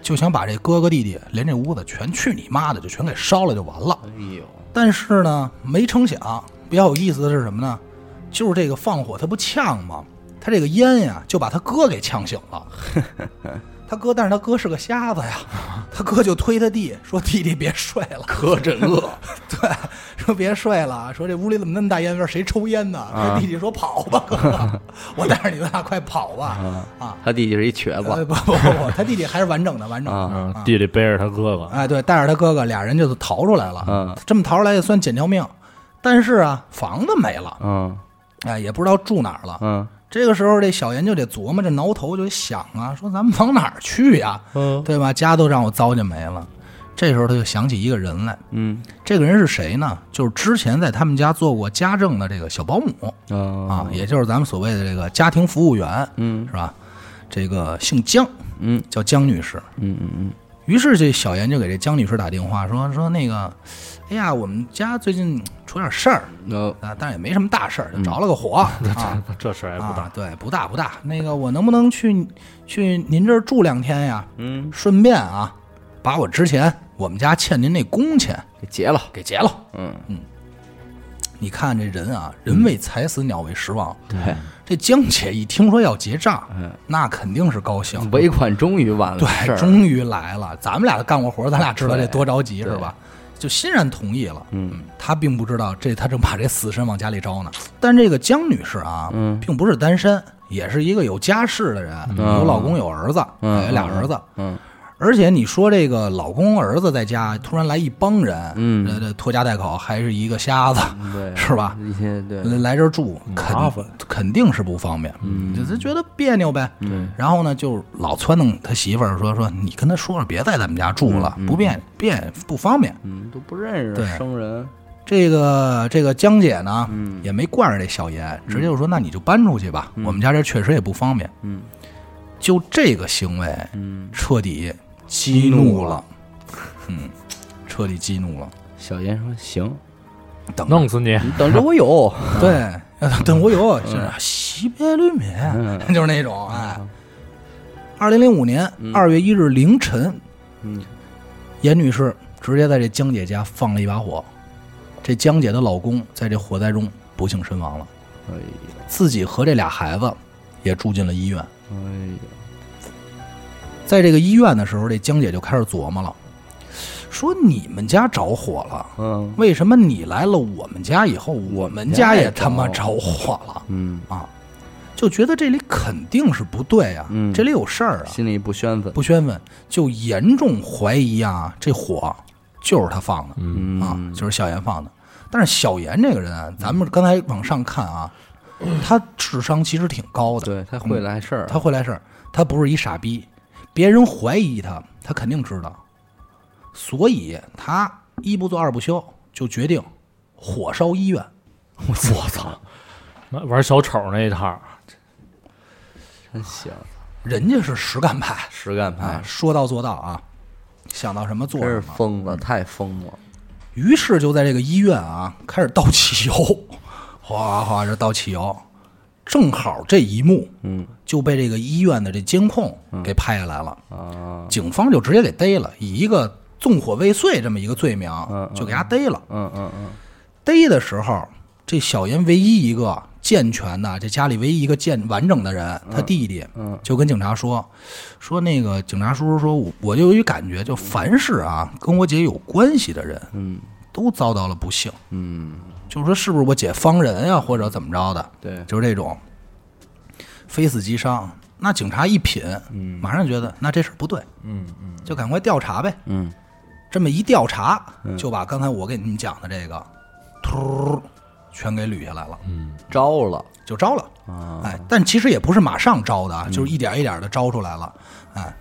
就想把这哥哥弟弟连这屋子全去你妈的，就全给烧了就完了。
哎呦，
但是呢，没成想，比较有意思的是什么呢？就是这个放火，它不呛吗？他这个烟呀，就把他哥给呛醒
[LAUGHS]
了。他哥，但是他哥是个瞎子呀，他哥就推他弟说：“弟弟别睡了，
哥真饿，
对，说别睡了，说这屋里怎么那么大烟味儿？谁抽烟呢？”他弟弟说：“跑吧，哥，我带着你们俩快跑吧。”啊，
他弟弟是一瘸
呃
子，
不不不不，他弟弟还是完整的，完整的。
嗯，弟弟背着他哥哥，
哎，对，带着他哥哥，俩人就逃出来了。
嗯，
这么逃出来也算捡条命，但是啊，房子没了，
嗯
哎，也不知道住哪儿了。
嗯，
这个时候，这小严就得琢磨，这挠头就得想啊，说咱们往哪儿去呀、
嗯
对吧？家都让我糟践没了。这时候他就想起一个人来，
嗯
这个人是谁呢？就是之前在他们家做过家政的这个小保姆啊
啊，
也就是咱们所谓的这个家庭服务员，
嗯
是吧？这个姓姜，
嗯，
叫姜女士。
嗯嗯嗯，
于是这小严就给这姜女士打电话说说那个，哎呀，我们家最近出点事儿
那
啊，但是也没什么大事儿，
嗯
就着了个
[LAUGHS]
火、啊
这事儿也不大
啊，对，不大不大。那个我能不能去去您这儿住两天呀？嗯，顺便啊，把我之前我们家欠您那工钱
给结了，
给结了。
嗯
嗯，你看这人啊，人为财死，鸟为食亡。
对，
这江姐一听说要结账，那肯定是高兴，
尾款终于完了，事
嗯对，
儿
终于来了。咱们俩干过活，咱俩知道这多着急
对
是吧？就欣然同意了。
嗯，
他并不知道这他正把这死神往家里招呢。但这个江女士啊，
嗯
并不是单身，也是一个有家室的人，有老公有儿子，
嗯
有俩儿子。
嗯
而且你说这个老公儿子在家突然来一帮人，
嗯
呃，这拖家带口，还是一个瞎子，
对啊嗯
是吧？
一些对，
来来这儿住，肯
麻烦
肯定是不方便，嗯，就是觉得别扭呗。然后呢，就老撺掇他媳妇儿说说，你跟他说说，别在咱们家住了，不便便不方便。
嗯，都不认
对
识生人，
这个这个江姐呢，也没惯着这小严，直接就说，那你就搬出去吧，我们家这确实也不方便。嗯，就这个行为，嗯，彻底激怒了，嗯，彻底激怒了。
小严说行，
等
弄死你！嗯
你等着我
[LAUGHS]
有，
对，等我有，就是西北绿棉， [LAUGHS] 就是那种哎。二零零五年二月一日凌晨，
嗯，
严女士直接在这江姐家放了一把火，这江姐的老公在这火灾中不幸身亡了，
哎呀
自己和这俩孩子也住进了医院。
哎呀，
在这个医院的时候，这江姐就开始琢磨了，说你们家着火了。
嗯
为什么你来了我们家以后，我们家也他妈着火了？
嗯，
啊，就觉得这里肯定是不对啊，
嗯
这里有事儿啊，
心里不宣愤，
不宣愤，就严重怀疑啊，这火就是他放的、
嗯
啊，就是小严放的。但是小严这个人啊，咱们刚才往上看啊，他智商其实挺高的，
对他会来事儿，
嗯他会来事儿，他不是一傻逼，别人怀疑他，他肯定知道，所以他一不做二不休，就决定火烧医院。
我操，那玩小丑那一套，
真行，
人家是实干派，
实干
啊
派，，
说到做到啊，想到什么做啊
真是
什么。嗯
疯了，太疯了，
于是就在这个医院啊，开始倒汽油，哗哗这倒汽油。正好这一幕，嗯，就被这个医院的这监控给拍下来了。
嗯啊，
警方就直接给逮了，以一个纵火未遂这么一个罪名，就给他逮了。
嗯嗯嗯，
逮的时候，这小严唯一一个健全的，这家里唯一一个健完整的
嗯
人，他弟弟，就跟警察说，说那个警察叔叔说，我我就有一感觉，就凡是啊跟我姐有关系的人，嗯，都遭到了不幸，嗯，就是说是不是我姐方人啊，或者怎么着的，
对
就是这种，非死即伤。那警察一品，嗯，马上觉得那这事儿不对，嗯嗯，就赶快调查呗，
嗯，
这么一调查，就把刚才我给你们讲的这个，突全给捋下来了，
招了，
就招了。哎，但其实也不是马上招的啊，就是一点一点的招出来了。哎，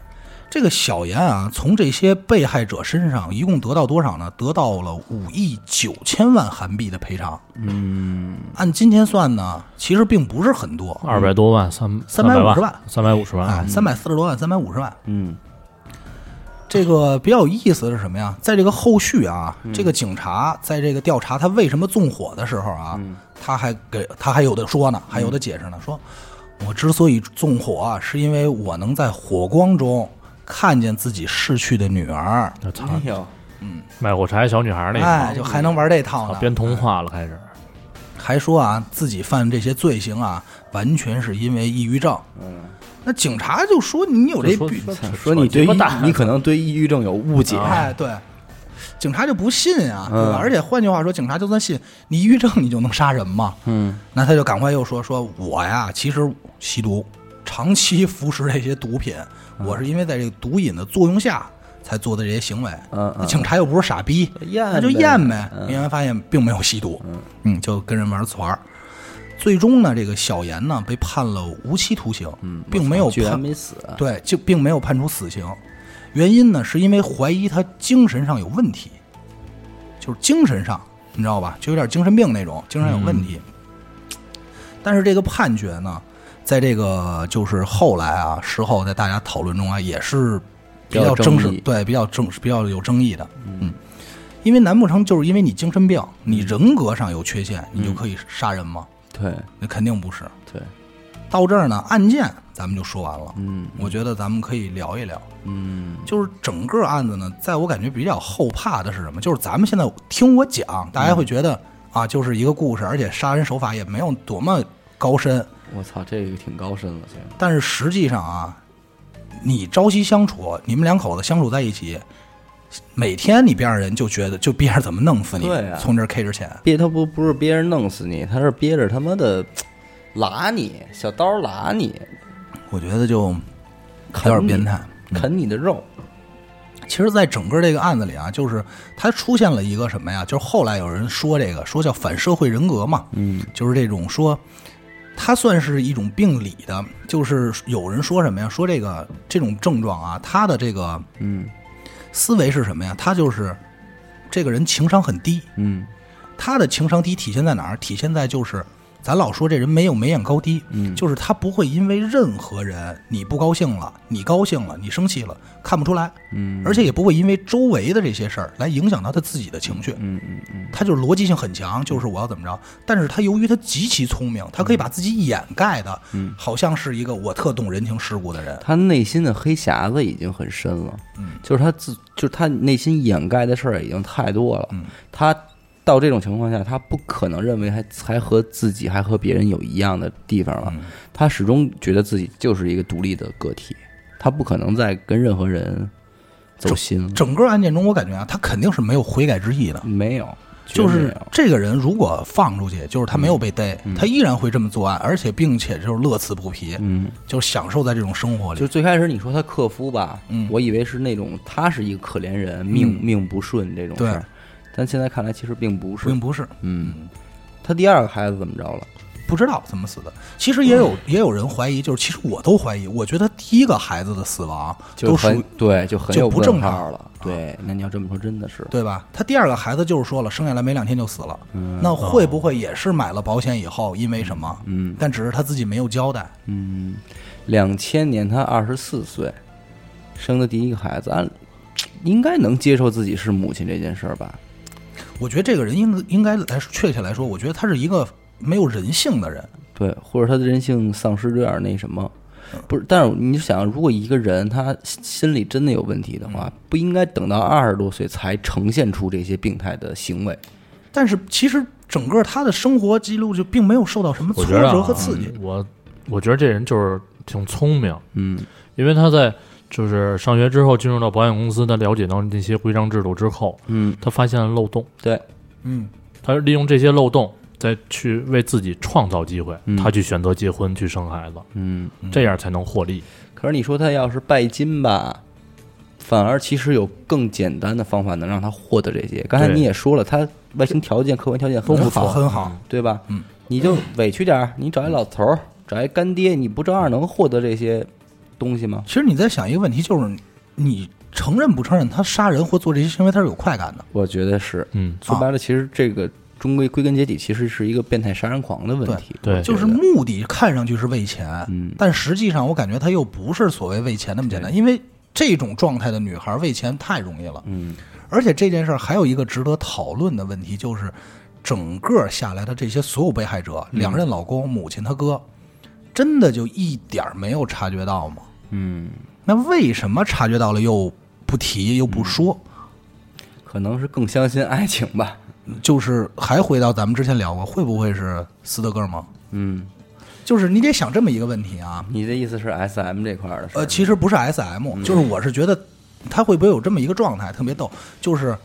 这个小严啊，从这些被害者身上一共得到多少呢？得到了五亿九千万韩币的赔偿。嗯，按今天算呢，其实并不是很多，
二百多万，三
350万
三百五十
哎，
万，
三百四十多万，三百五十万。
嗯，
这个比较有意思的是什么呀？在这个后续啊，这个警察在这个调查他为什么纵火的时候啊，他还给他还有的说呢，还有的解释呢，说我之所以纵火啊，是因为我能在火光中看见自己逝去的女儿，
那操，
哎呦，
卖火柴小女孩那啊一
哎，
套
就还能玩这套
操，
呢。
编童话了，开始
还说啊，自己犯这些罪行啊，完全是因为抑郁症。嗯，那警察就说你有这
说
病，
呃说你对抑
鸡巴蛋
你可能对抑郁症有误解，啊
哎，对，警察就不信啊，对
嗯
吧？而且换句话说，警察就算信你抑郁症，你就能杀人吗？嗯，那他就赶快又说说我呀，其实吸毒，长期服食这些毒品，
嗯
我是因为在这个毒瘾的作用下才做的这些行为。
嗯哎
那警察又不是傻逼，
验
那就
呗
验呗。
嗯
验完发现并没有吸毒，嗯，就跟人玩团儿。最终呢，这个小严呢被判了无期徒刑，并没有
[LAUGHS] 嗯居然
判
没死，
对，就并没有判处死刑。原因呢，是因为怀疑他精神上有问题，就是精神上，你知道吧？就有点精神病那种，精神上有问题。
嗯
但是这个判决呢，在这个就是后来啊，事后在大家讨论中啊，也是比较
比较有
争
争
议，
议
对，比较争比较有争议的，嗯。因为难不成就是因为你精神病，你人格上有缺陷，
嗯
你就可以杀人吗？
对
那肯定不是。
对，
到这儿呢，案件咱们就说完了。
嗯
我觉得咱们可以聊一聊，
嗯
就是整个案子呢，在我感觉比较后怕的是什么？就是咱们现在听我讲，大
嗯
家会觉得、啊，就是一个故事，而且杀人手法也没有多么高深，
我操，这个挺高深了，这个
但是实际上啊，你朝夕相处，你们两口子相处在一起，每天你边上人就觉得就憋着怎么弄死你，
对啊
从这儿 K 之前，
憋他不不是憋着弄死你，他是憋着他妈的拉你，小刀拉你，
我觉得就有
啃
点
你
变态。
啃你的肉，
其实，在整个这个案子里啊，就是它出现了一个什么呀？就是后来有人说这个，说叫反社会人格嘛，嗯，就是这种说，它算是一种病理的，就是有人说什么呀？说这个这种症状啊，他的这个嗯思维是什么呀？他就是这个人情商很低，
嗯
他的情商低体现在哪儿？体现在就是咱老说这人没有眉眼高低，嗯，就是他不会因为任何人你不高兴了，你高兴了，你生气了，看不出来，嗯，而且也不会因为周围的这些事儿来影响到他自己的情绪，嗯嗯嗯，他就是逻辑性很强，就是我要怎么着，但是他由于他极其聪明，他可以把自己掩盖的，嗯，好像是一个我特懂人情世故的人，
他内心的黑匣子已经很深了，
嗯
就是他自就是他内心掩盖的事儿已经太多了，
嗯
他到这种情况下，他不可能认为还还和自己还和别人有一样的地方
嗯
了，他始终觉得自己就是一个独立的个体，他不可能再跟任何人走心了，
整个案件中我感觉啊，他肯定是没有悔改之意的，
没有，绝
就
对啊嗯
是
没有
这个人如果放出去，就是他没有被逮，他依然会这么作案，而且并且就是乐此不疲，嗯，就是享受在这种生活里。
就最开始你说他克夫吧，
嗯
我以为是那种他是一个可怜人，命、命不顺这种事儿
对，
但现在看来其实并不是。
并不是
嗯，他第二个孩子怎么着了？
不知道怎么死的，其实也
嗯
有、也有人怀疑，就是其实我都怀疑，我觉得第一个孩子的死亡
就
都属
很
于
对，就很
就
有
不
问
正
号
常
了。啊对，那你要这么说，真的是
对吧？他第二个孩子就是说了，生下来没两天就死了，
嗯哦
那会不会也是买了保险以后因为什么？嗯，但只是他自己没有交代，
两千年他二十四岁生的第一个孩子，按应该能接受自己是母亲这件事儿吧？
我觉得这个人应应该来确切来说，我觉得他是一个没有人性的人，
对，或者他的人性丧失有点儿那什么，不是？但是你想，如果一个人他心心理真的有问题的话，不应该等到二十多岁才呈现出这些病态的行为。
但是其实整个他的生活记录就并没有受到什么挫
我觉得啊
折和刺激。
我我觉得这人就是挺聪明，
嗯
因为他在就是上学之后进入到保险公司，他了解到那些规章制度之后，
嗯，
他发现了漏洞，
对，
嗯，
他利用这些漏洞再去为自己创造机会，
嗯
他去选择结婚去生孩子，
嗯。
这样才能获利。
可是你说他要是拜金吧，反而其实有更简单的方法能让他获得这些。刚才
对
你也说了，他外形条件、客观条件很好，
很好。
对吧？嗯，你就委屈点儿，你找一老头儿，找一干爹，你不照样能获得这些东西吗？
其实你在想一个问题，就是你承认不承认他杀人或做这些行为，他是有快感的。
我觉得是，
嗯，
说白了，其实这个终归归根结底，其实是一个变态杀人狂的问题。
对对嗯
就是目的看上去是为钱，但实际上我感觉他又不是所谓为钱那么简单，因为这种状态的女孩为钱太容易了。嗯，而且这件事儿还有一个值得讨论的问题，就是整个下来的这些所有被害者，两任老公、母亲、他哥，真的就一点儿没有察觉到吗？嗯，那为什么察觉到了又不提又不说？
可能是更相信爱情吧。
就是还回到咱们之前聊过，会不会是斯德哥尔摩？嗯，就是你得想这么一个问题啊。
你的意思是 S M 这块儿的事儿？
呃，其实不是 S M，、就是我是觉得他会不会有这么一个状态，特别逗，就是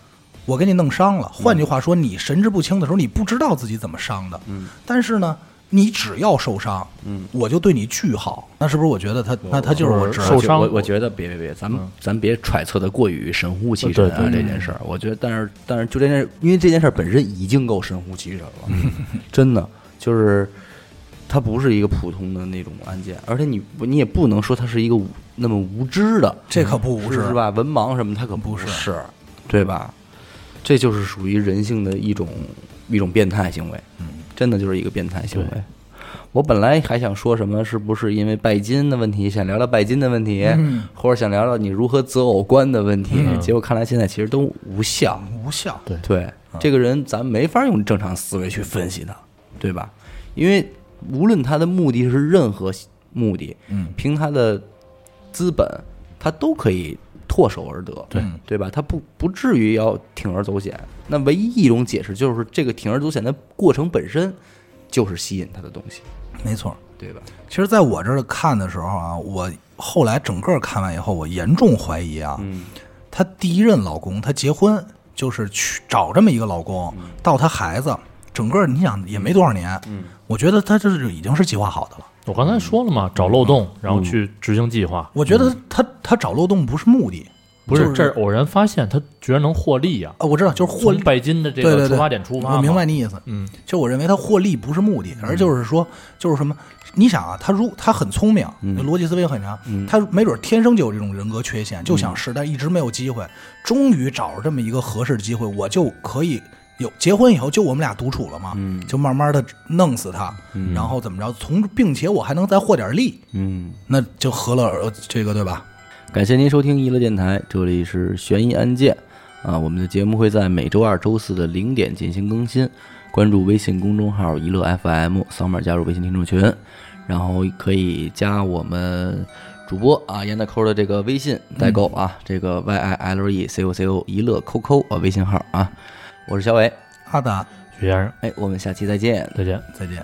我给你弄伤了。换句话说，你神志不清的时候，你不知道自己怎么伤的。嗯，但是呢。你只要受伤，嗯，我就对你巨好，那是不是？我觉得他，那他就是我侄
受
儿。
伤嗯
我我觉得别别别，咱们、咱别揣测的过于神乎其神啊
对对
这件事儿。我觉得，但是但是就这件事，因为这件事儿本身已经够神乎其神了，
嗯
[LAUGHS] 真的就是它不是一个普通的那种案件，而且你不你也不能说它是一个无那么无知的，
这可不无知
是吧？文盲什么，它可不
是
是，对吧？这就是属于人性的一种一种变态行为，真的就是一个变态行为。我本来还想说什么，是不是因为拜金的问题，想聊聊拜金的问题，或者想聊聊你如何择偶观的问题？结果看来现在其实都无效。
无效，
对，这个人咱没法用正常思维去分析他，对吧？因为无论他的目的是任何目的，嗯，凭他的资本，他都可以唾手而得，对对吧？他不不至于要铤而走险。那唯一一种解释就是这个铤而走险的过程本身就是吸引他的东西，
没错。
对吧？
其实，在我这儿看的时候啊，我后来整个看完以后，我严重怀疑啊，她第一任老公，她结婚就是去找这么一个老公，到她孩子，整个你想也没多少年，我觉得她这是已经是计划好的了。
我刚才说了嘛，找漏洞，
嗯
然后去执行计划，
我觉得她她找漏洞不是目的，
不是
嗯就
这是偶然发现他居然能获利呀，
啊，我知道就是获
从
利。
拜金的这
对对对，
个出发点出发嘛，
我明白你意思，
嗯，
就我认为她获利不是目的，而就是说，就是什么，你想啊，她如她很聪明，逻辑思维很强，她没准天生就有这种人格缺陷，就想试，但一直没有机会，终于找着这么一个合适的机会，我就可以有结婚以后就我们俩独处了嘛，就慢慢的弄死他，然后怎么着，从并且我还能再获点利，
嗯，
那就何乐而这个对吧？
感谢您收听娱乐电台，这里是悬疑案件啊。我们的节目会在每周二、周四的零点进行更新。关注微信公众号“娱乐 FM”，扫码加入微信听众群，然后可以加我们主播啊严大抠的这个微信代购啊，这个 Y I L E C O C O 娱乐扣扣啊微信号啊。我是小伟，
阿达，
许先生，
哎，我们下期再见。
再见。
再见。